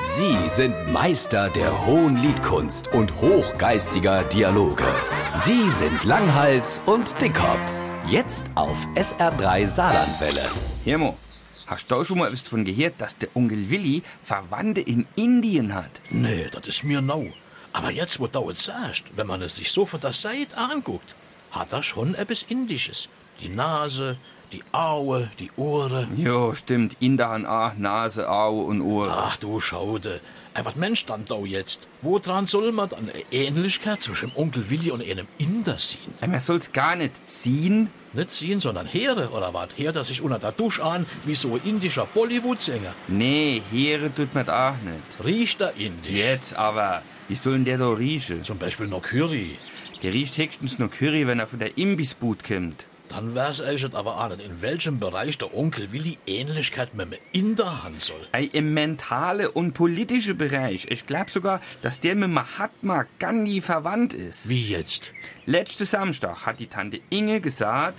Sie sind Meister der hohen Liedkunst und hochgeistiger Dialoge. Sie sind Langhals und Dickhop. Jetzt auf SR3 Saarlandwelle. Hirmo, hast du schon mal etwas von gehört, dass der Onkel Willi Verwandte in Indien hat? Nee, das ist mir neu. Aber jetzt, wo du es sagst, wenn man es sich so von der Seite anguckt, hat er schon etwas Indisches. Die Nase, die Aue, die Ohren. Jo, stimmt. Inder an A, Nase, Aue und Ohr. Ach du Schaude. Ey, was Mensch dann da jetzt? Wo dran soll man dann eine Ähnlichkeit zwischen dem Onkel Willi und einem Inder sehen? Ey, Äh, Man soll's gar nicht sehen. Nicht sehen, sondern Heere, oder was? Heere sich unter der Dusche an, wie so ein indischer Bollywood-Sänger. Nee, Heere tut man auch nicht. Riecht er indisch? Jetzt aber. Wie soll denn der da riechen? Zum Beispiel noch Curry. Der riecht höchstens nur Curry, wenn er von der Imbissbut kommt. Dann wär's euch jetzt aber ahnen, in welchem Bereich der Onkel Willi Ähnlichkeit mit dem Inder haben soll. Ey, im mentale und politische Bereich. Ich glaub sogar, dass der mit Mahatma Gandhi verwandt ist. Wie jetzt? Letzte Samstag hat die Tante Inge gesagt,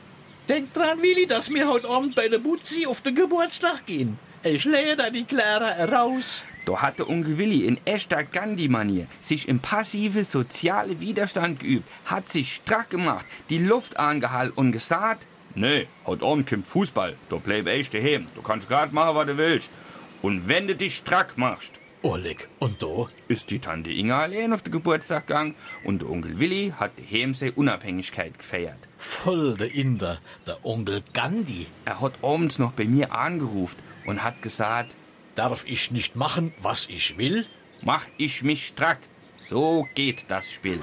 Denk dran, Willi, dass wir heute Abend bei der Mutzi auf den Geburtstag gehen. Ich lähe da die Clara raus. Da hatte Onkel Willi in echter Gandhi-Manier sich im passive soziale Widerstand geübt, hat sich strack gemacht, die Luft angehalten und gesagt, Nee, heute Abend kommt Fußball, da bleib ich daheim, du kannst grad machen, was du willst. Und wenn du dich strack machst, Oleg, und du? ist die Tante Inga allein auf den Geburtstag gegangen und der Onkel Willi hat daheim seine Unabhängigkeit gefeiert. Voll der Inder, der Onkel Gandhi. Er hat abends noch bei mir angerufen und hat gesagt, Darf ich nicht machen, was ich will? mach ich mich strack, so geht das Spiel.